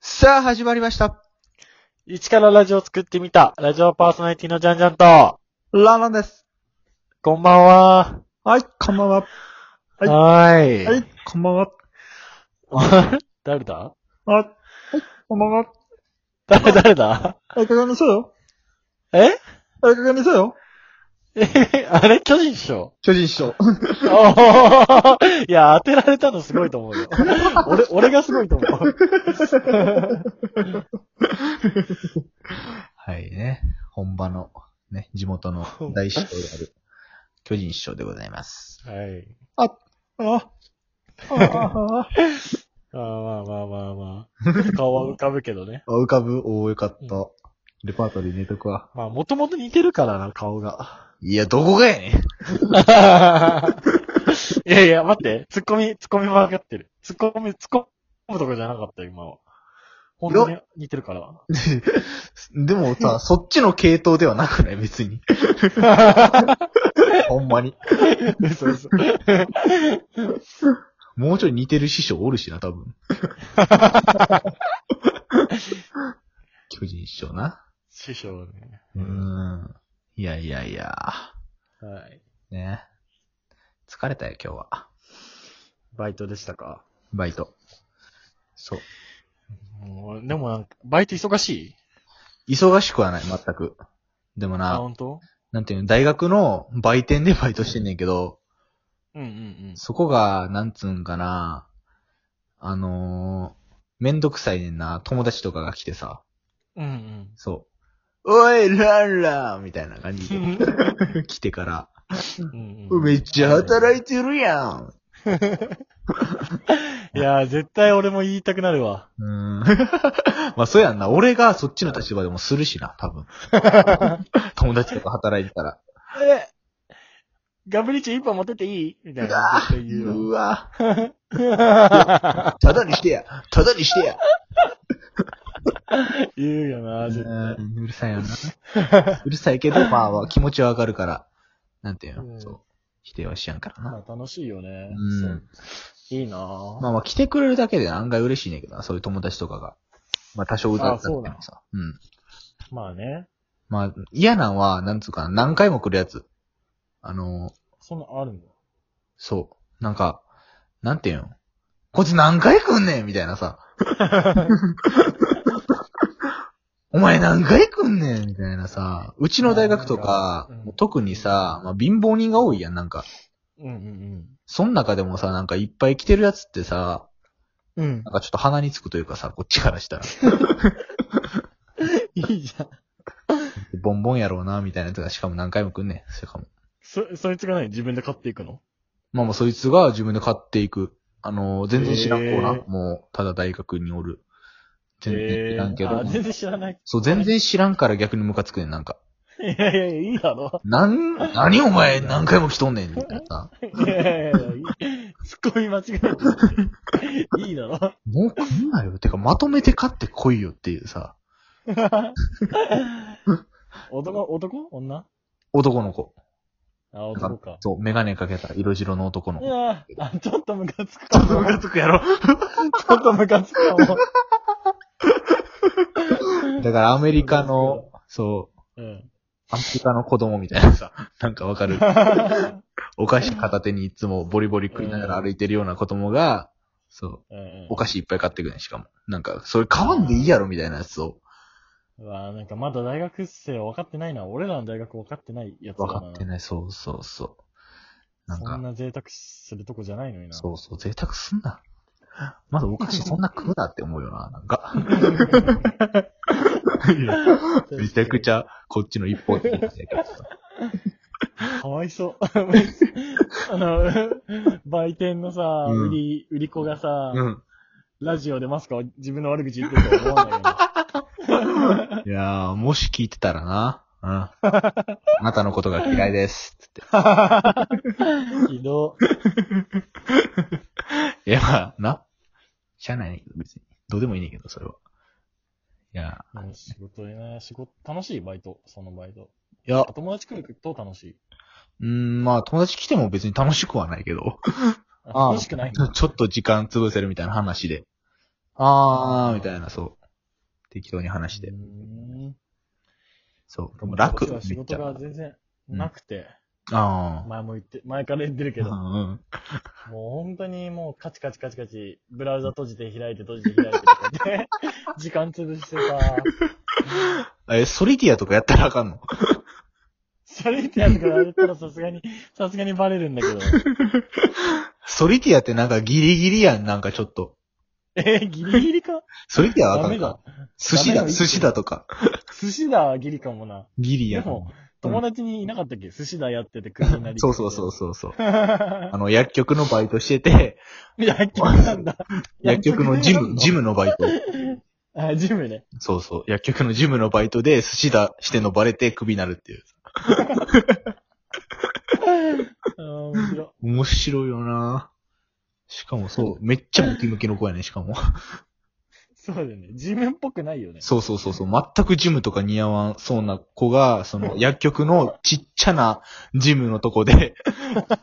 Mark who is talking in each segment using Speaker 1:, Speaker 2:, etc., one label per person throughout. Speaker 1: さあ、始まりました。
Speaker 2: 一からラジオを作ってみた、ラジオパーソナリティのジャンジャンと、
Speaker 1: ラランです。
Speaker 2: こんばんは。
Speaker 1: はい、こんばんは。はい
Speaker 2: はーい。
Speaker 1: はい、こんばんは。
Speaker 2: あれ 誰だ
Speaker 1: あ、はい、こんばんは。
Speaker 2: 誰、誰だ
Speaker 1: ええ加減にせよ。
Speaker 2: え
Speaker 1: ええ加減にせよ。
Speaker 2: えあれ巨人師匠
Speaker 1: 巨人師匠。
Speaker 2: おーいや、当てられたのすごいと思う よ。俺、俺がすごいと思う。
Speaker 1: はいね。本場の、ね、地元の大師匠である、巨人師匠でございます。
Speaker 2: はい。
Speaker 1: あ、 あ、
Speaker 2: まあまあまあまあまあ。顔は浮かぶけどね。
Speaker 1: あ、浮かぶおー、よかった
Speaker 2: う。
Speaker 1: レパートリー寝とくわ。
Speaker 2: まあ、もともと似てるからな、顔が。
Speaker 1: いや、どこがやねん。
Speaker 2: いやいや、待って。ツッコミ、ツッコミ分かってる。ツッコミ、ツッコむとこじゃなかったよ、今は。本当に似てるから。
Speaker 1: でも さ、そっちの系統ではなくない別に。ほんまに。
Speaker 2: 嘘嘘。
Speaker 1: もうちょい似てる師匠おるしな、多分。巨人師匠な。
Speaker 2: 師匠ね。
Speaker 1: うーん。いやいやいや。
Speaker 2: はい。
Speaker 1: ね。疲れたよ、今日は。
Speaker 2: バイトでしたか。
Speaker 1: バイト。そう。
Speaker 2: もうでもなんか、バイト忙しい
Speaker 1: 忙しくはない、全く。でも
Speaker 2: あ、
Speaker 1: な、
Speaker 2: 本当
Speaker 1: なんていうの、大学の売店でバイトしてんねんけど、
Speaker 2: うんうんうん。
Speaker 1: そこが、なんつうんかな、あのー、めんどくさいねんな、友達とかが来てさ、
Speaker 2: うん
Speaker 1: そう。おい、ランランみたいな感じ
Speaker 2: う
Speaker 1: で
Speaker 2: ん。
Speaker 1: 来てから、
Speaker 2: うん うん
Speaker 1: めっちゃ働いてるやん。
Speaker 2: いやー、絶対俺も言いたくなるわ。
Speaker 1: うーん。 まあ、そうやんな。俺がそっちの立場でもするしな、多分。 友達とか働いてたら。
Speaker 2: えガブリッチ一本持ってっていいみたいな。絶対言う
Speaker 1: うわ。
Speaker 2: わ。
Speaker 1: ただにしてや。ただにしてや。
Speaker 2: 言うよな、絶対。
Speaker 1: うるさいよな。 うるさいけど、まあ、気持ちはわかるから。なんていうの、
Speaker 2: うん
Speaker 1: そう。否定はしやんからな。
Speaker 2: まあ楽しいよね。
Speaker 1: うん
Speaker 2: そう。いいなぁ。
Speaker 1: まあまあ、来てくれるだけで案外嬉しいねんけどな。そういう友達とかが。まあ、多少歌ったりとかさ。うん。
Speaker 2: まあね。
Speaker 1: まあ、嫌なんは、なんつうかな、何回も来るやつ。あのー、
Speaker 2: そんなあるんだ。
Speaker 1: そう。なんか、なんていうのこいつ何回来んねんみたいな さ。お前何回来んねんみたいなさ。うちの大学とか
Speaker 2: うんうん、
Speaker 1: 特にさ、まあ、貧乏人が多いやん、なんか。
Speaker 2: うんうん
Speaker 1: そん中でもさ、なんかいっぱい来てるやつってさ、
Speaker 2: うん。うん
Speaker 1: な。んかちょっと鼻につくというかさ、こっちからしたら。
Speaker 2: いいじゃん。
Speaker 1: ボンボンやろうな、みたいなやつが、しかも何回も来んねん。しかも。
Speaker 2: そ、そいつが何自分で買っていくの
Speaker 1: まあまあ、そいつが自分で買っていく。あの、全然知らん子な
Speaker 2: へ。ー
Speaker 1: もう、ただ大学におる。全然知らんけ
Speaker 2: えー
Speaker 1: ど
Speaker 2: あ、。全然知らない。
Speaker 1: そう、全然知らんから逆にムカつくねん、なんか。
Speaker 2: いやいやいや、いいだろ。
Speaker 1: なん、何お前何回も来とんねん、みたいなさ。
Speaker 2: いやいやいや、いいツッコミ間違えてる。いいだろ。
Speaker 1: もう来んなよ。てか、まとめて買って来いよっていうさ、
Speaker 2: 男、男女
Speaker 1: 男の子。
Speaker 2: あ、男か。
Speaker 1: そう、メガネかけた色白の男の
Speaker 2: い
Speaker 1: 子。
Speaker 2: やーあ、ちょっとムカつくかも。
Speaker 1: つくやろ。
Speaker 2: ちょっとムカつくかも。
Speaker 1: だからアメリカの、そう、
Speaker 2: うん。
Speaker 1: アメリカの子供みたいなさ、なんかわかる。お菓子片手にいつもボリボリ食いながら歩いてるような子供が、そう、
Speaker 2: うんうん
Speaker 1: お菓子いっぱい買ってくねん、しかも。なんか、それ買わんでいいやろ、みたいなやつを。
Speaker 2: うわぁ、なんかまだ大学生分かってないな。俺らの大学分かってないやつだ
Speaker 1: わ
Speaker 2: な。
Speaker 1: かってない、そうそうそう。なん
Speaker 2: そ
Speaker 1: か
Speaker 2: ん、な贅沢するとこじゃないのにな。
Speaker 1: そうそう、贅沢すんな。まだお菓子そんな食うなって思うよな、なんか。めちゃくち
Speaker 2: ゃ。
Speaker 1: ゃ、こっちの一方的な生活さ
Speaker 2: かわいそう。 あの、売店のさ、
Speaker 1: うん
Speaker 2: 売り、売り子がさ、
Speaker 1: うん。
Speaker 2: ラジオでマスカを自分の悪口言ってるとは思わないよな。
Speaker 1: いやー、もし聞いてたらな、うん。 あなたのことが嫌いです。つって。
Speaker 2: ひど。
Speaker 1: いや、まあ、な。しゃあないねんけど、別に。どうでもいいねんけど、それは。いや
Speaker 2: でも仕事でね、仕事、楽しいバイト、そのバイト。
Speaker 1: ー。いや、
Speaker 2: 友達来ると楽しい。
Speaker 1: うーん、まあ、友達来ても別に楽しくはないけど。
Speaker 2: あ楽しくないん
Speaker 1: ちょ
Speaker 2: だ。
Speaker 1: ちょっと時間潰せるみたいな話で。あー、みたいな、そう。適当に話して
Speaker 2: う。ん
Speaker 1: そう。でも楽。
Speaker 2: 私は仕事
Speaker 1: めっ
Speaker 2: が
Speaker 1: ち
Speaker 2: 全然なくて、
Speaker 1: ゃあ
Speaker 2: 前も言って、前から言ってるけ
Speaker 1: あ。
Speaker 2: ど、
Speaker 1: うんうん。
Speaker 2: もう本当にもうカチカチカチカチ、ブラウザ閉じて開いて閉じて開いてとかで、時間潰し てさ、
Speaker 1: え、ソリティアとかやったらあかんの
Speaker 2: それってやつからやったらさすがに、さすがにバレるんだけど、
Speaker 1: ソリティアってなんかギリギリやん、なんかちょっと。
Speaker 2: えー、ギリギリか
Speaker 1: ソリティアはあ
Speaker 2: ダ
Speaker 1: か
Speaker 2: メ
Speaker 1: んか
Speaker 2: だ。。
Speaker 1: 寿司
Speaker 2: ダメ
Speaker 1: だ、
Speaker 2: よ
Speaker 1: 寿司だとか。
Speaker 2: 寿司だはギリかもな。
Speaker 1: ギリやん
Speaker 2: で。も友達にいなかったっけ寿司だやっててクビになり。
Speaker 1: そうそうそう。そうそう。 あ
Speaker 2: あ
Speaker 1: の、薬局のバイトしてて、
Speaker 2: の、薬局なんだ。
Speaker 1: 薬局のジム、ジ
Speaker 2: ム。
Speaker 1: ムのバイト。
Speaker 2: あ、ジムね。
Speaker 1: そうそう。薬局のジムのバイトで寿司だしてのバレてクビになるっていう。
Speaker 2: あー面白
Speaker 1: 面白いよなしかもそう、めっちゃムキムキの子やね、しかも。
Speaker 2: い。そうだよね。ジムっぽくないよね。
Speaker 1: そうそうそうそう、全くジムとか似合わんそうな子が、その薬局のちっちゃなジムのとこで、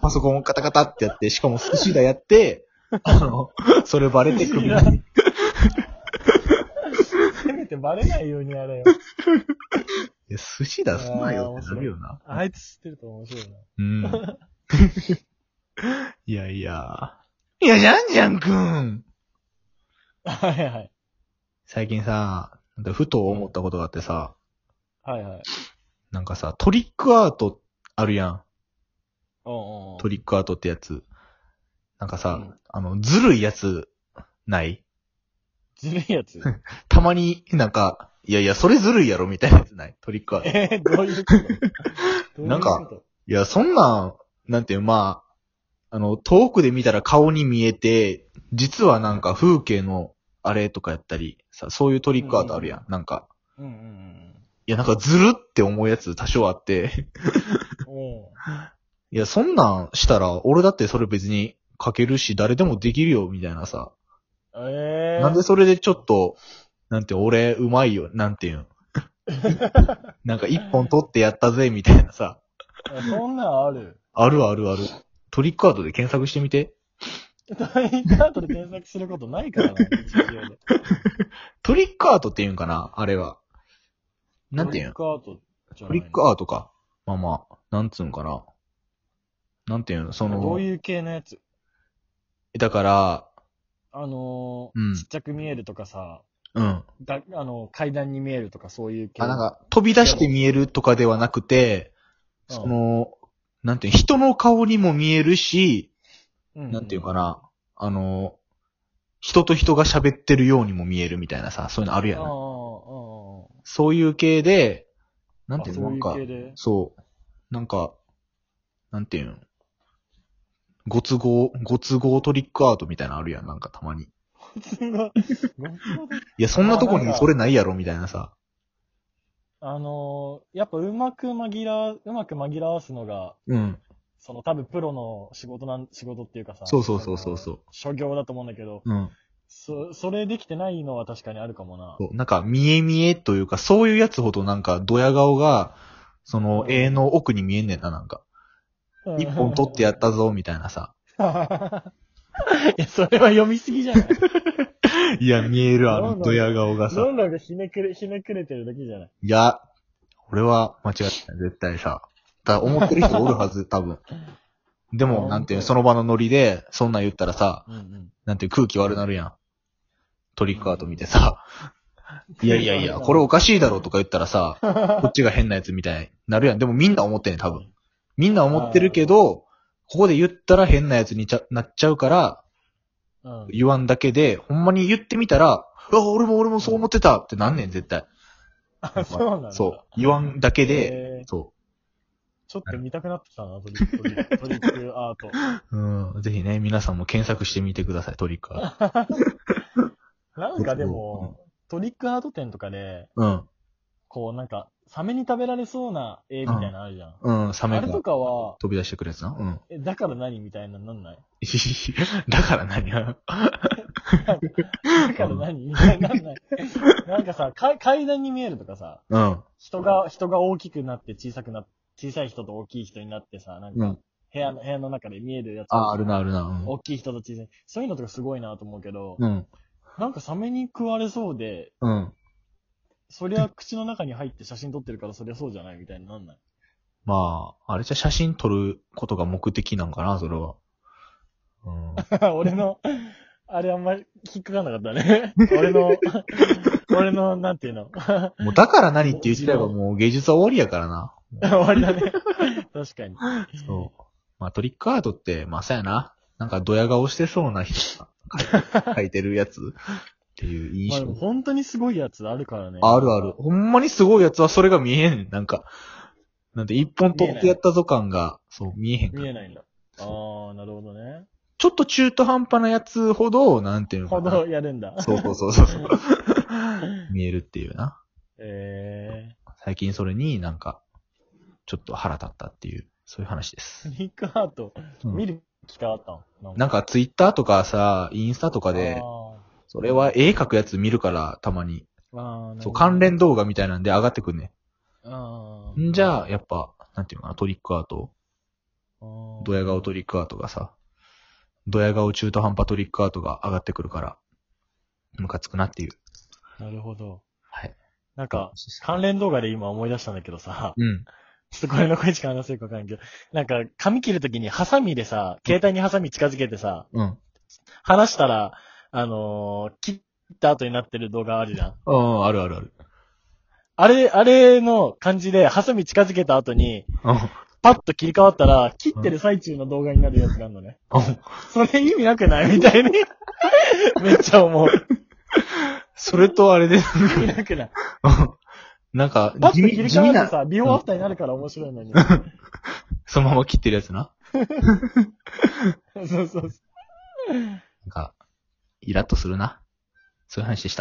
Speaker 1: パソコンをカタカタってやって、しかも寿司だやって、あの、それバレてクビになる。
Speaker 2: せめてバレないようにやれよ。
Speaker 1: いや寿司だすなよってなるよな。
Speaker 2: あいつ知ってると面白いな。
Speaker 1: うん。いやいや。いや、じゃんじゃんくん
Speaker 2: はいはい。
Speaker 1: 最近さ、なんかふと思ったことがあってさ、
Speaker 2: はいはい。
Speaker 1: なんかさ、トリックアートあるやん。
Speaker 2: おうおうおう
Speaker 1: トリックアートってやつ。なんかさ、
Speaker 2: うん
Speaker 1: あの、ずるいやつ、ない
Speaker 2: ずるい やつ。
Speaker 1: たまになんか、いやいや、それずるいやろみたいなやつないトリックアート。
Speaker 2: えー、どういうことどういうこと
Speaker 1: なんか、いや、そんなん、なんていう、まあ、あの、遠くで見たら顔に見えて、実はなんか風景のあれとかやったり、さ、そういうトリックアートあるやん。なんか、
Speaker 2: うんうんうん
Speaker 1: いや、なんかずるって思うやつ多少あって、
Speaker 2: うん。おう
Speaker 1: いや、そんなんしたら、俺だってそれ別に書けるし、誰でもできるよ、みたいなさ。
Speaker 2: ええー。
Speaker 1: なんでそれでちょっと、なんて、俺、うまいよ、なんてい うん。なんか一本取ってやったぜ、みたいなさ。
Speaker 2: あそんなんある。
Speaker 1: あるあるある。トリックアートで検索してみて。
Speaker 2: トリックアートで検索することないからな、日常で。
Speaker 1: トリックアートって言うんかなあれは。なんてい
Speaker 2: トリ
Speaker 1: う
Speaker 2: ッ
Speaker 1: ん
Speaker 2: クアートじゃ
Speaker 1: ト
Speaker 2: ない
Speaker 1: リックアートか。まあまあ、なんつうんかな。なんていうんその、
Speaker 2: どういう系のやつ
Speaker 1: だから、
Speaker 2: あの
Speaker 1: うん
Speaker 2: ー、ちっちゃく見えるとかさ、
Speaker 1: うん。
Speaker 2: だあの、階段に見えるとかそういう系。
Speaker 1: あ、なんか、飛び出して見えるとかではなくて、
Speaker 2: うん
Speaker 1: その、なんていうの人の顔にも見えるし、
Speaker 2: うん、
Speaker 1: なんていうかな、あの、人と人が喋ってるようにも見えるみたいなさ、そういうのある
Speaker 2: あ
Speaker 1: や
Speaker 2: あ、ああ、あ
Speaker 1: ん。
Speaker 2: あ。
Speaker 1: そういう系で、なんていうの
Speaker 2: あ
Speaker 1: なんか
Speaker 2: そういう系で、
Speaker 1: そう。なんか、なんていうのご都合、ご都合トリックアートみたいなのあるやん、なんかたまに。いや、そんなとこにそれないやろ、みたいなさ。
Speaker 2: あのーやっぱうまく紛ら、うまく紛らわすのが、
Speaker 1: うん。
Speaker 2: その多分プロの仕事なん、仕事っていうかさ。
Speaker 1: そうそうそうそうそう
Speaker 2: の。諸行だと思うんだけど、
Speaker 1: うん。
Speaker 2: そ、それできてないのは確かにあるかもな。
Speaker 1: そうなんか、見え見えというか、そういうやつほどなんか、ドヤ顔が、その、
Speaker 2: うん
Speaker 1: 絵の奥に見えんねんな、なんか。一本取 ってやったぞ、みたいなさ。
Speaker 2: いや、それは読みす ぎじゃない
Speaker 1: い や、見える、あ
Speaker 2: どん
Speaker 1: の、
Speaker 2: どん
Speaker 1: ドヤ顔がさ。
Speaker 2: どんどんがひねくれ、ひねくれてるだけじゃない
Speaker 1: いや、俺は間違ってない、絶対さ。だ思ってる人おるは ず、多分。で
Speaker 2: あ
Speaker 1: も、なんていうの、
Speaker 2: 本当
Speaker 1: その場のノリで、そんなん言ったらさ、
Speaker 2: うんうん。
Speaker 1: なんていう空気悪なるやん。トリックアート見て さ。いやいやいや、これおかしいだろうとか言ったら さ、こっちが変なやつみたいになるやん。でもみんな思ってんねん、多分。みんな思ってるけど、ここで言ったら変なやつにちゃなっちゃうから、
Speaker 2: うん。
Speaker 1: 言わんだけで、ほんまに言ってみたら、うわ、俺も俺もそう思ってたってなんねん、絶対。
Speaker 2: あ、そうなんだ。
Speaker 1: そう。言わんだけで、
Speaker 2: へー
Speaker 1: そ
Speaker 2: ちょっと見たくなってきたな、トリトリ トリックアート。
Speaker 1: う。うん。ぜひね、皆さんも検索してみてください、トリックは。
Speaker 2: なんかでも、トリックアート展とかで、
Speaker 1: うん。
Speaker 2: こうなんか、サメに食べられそうな絵みたいなのあるじゃん。
Speaker 1: うん、サメ
Speaker 2: あれ
Speaker 1: が
Speaker 2: とかは、
Speaker 1: 飛び出してくるやつな。うん。
Speaker 2: え、だから何みたいなのなんない
Speaker 1: だから何が
Speaker 2: だから何 みたいなのなんない。なんかさ、か階段に見えるとかさ、
Speaker 1: うん。
Speaker 2: 人が、人が大きくなって小さくなって、小さい人と大きい人になってさ、なん
Speaker 1: う
Speaker 2: か
Speaker 1: ん、
Speaker 2: 部屋の、部屋の中で見えるやつ。
Speaker 1: あ、あるな、あるな。うん
Speaker 2: 大きい人と小さい。そういうのとかすごいなと思うけど、
Speaker 1: うん。
Speaker 2: なんかサメに食われそうで、
Speaker 1: うん。
Speaker 2: そりゃ口の中に入って写真撮ってるからそりゃそうじゃないみたいになんない。
Speaker 1: まあ、あれじゃ写真撮ることが目的なんかな、それは。うん。
Speaker 2: 俺の、あれあんまり引っかかんなかっ たね。俺の、俺の、なんていうの。
Speaker 1: もうだから何って言っちゃえばもう芸術は終わりやからな。
Speaker 2: 終わりだね。確かに。
Speaker 1: そう。まあトリックアートって、まあさやな。なんかドヤ顔してそうな人 が書いてるやつっていう印
Speaker 2: まあ、で
Speaker 1: 象
Speaker 2: も。本当にすごいやつあるからね。
Speaker 1: あるある。。ほんまにすごいやつはそれが見えへん。なんか、なんて一本取ってやったぞ感が、そう、見えへんから
Speaker 2: 見えないんだ。ああ、なるほどね。
Speaker 1: ちょっと中途半端なやつほど、なんていうのか
Speaker 2: ほ
Speaker 1: な。
Speaker 2: どやるんだ。
Speaker 1: そうそうそうそう。見えるっていうな。
Speaker 2: え
Speaker 1: 最近それになんか、ちょっと腹立ったっていう、そういう話で
Speaker 2: ー、
Speaker 1: す。
Speaker 2: スニーカーアート、
Speaker 1: うん
Speaker 2: 見る機会あったの
Speaker 1: なんんかツイッターとかさ、インスタとか
Speaker 2: か
Speaker 1: で
Speaker 2: あ、
Speaker 1: それは絵描くやつ見るから、たまに。
Speaker 2: ーあー
Speaker 1: そう、関。連動画みたいなんで上がってくんね。
Speaker 2: なるほど
Speaker 1: んじゃあ、やっぱ、なんていうのかな、トリックアート。
Speaker 2: あー
Speaker 1: ドヤ顔トリックアートがさ、ドヤ顔中途半端トリックアートが上がってくるから、ムカつくなっていう。
Speaker 2: なるほど。
Speaker 1: はい。
Speaker 2: なんか、関連動画で今思い出したんだけどさ、
Speaker 1: うん。
Speaker 2: ちょっとこれの声しか話せるかわかんないけど、なんか、髪切るときにハサミでさ、携帯にハサミ近づけてさ、
Speaker 1: うん。
Speaker 2: 離したら、あのー切った後になってる動画あるじゃん。
Speaker 1: うん、あるあるある。
Speaker 2: あれ、あれの感じで、ハサミ近づけた後に、
Speaker 1: う
Speaker 2: パッと切り替わったら、切ってる最中の動画になるやつがあるのね。
Speaker 1: ん。うん。
Speaker 2: それ意味なくないみたいに。 めっちゃ思う。
Speaker 1: それとあれで、 うん
Speaker 2: 意味なくない。
Speaker 1: なんか
Speaker 2: パッ、と
Speaker 1: 地
Speaker 2: 切
Speaker 1: 味、
Speaker 2: り
Speaker 1: 地
Speaker 2: 替わ
Speaker 1: 味
Speaker 2: って
Speaker 1: な、
Speaker 2: さ、ビフォーアフターになるから面白い のに。
Speaker 1: そのまま切ってるやつな。
Speaker 2: そうそうそう。
Speaker 1: なんか、イラッとするな。そういう話でした。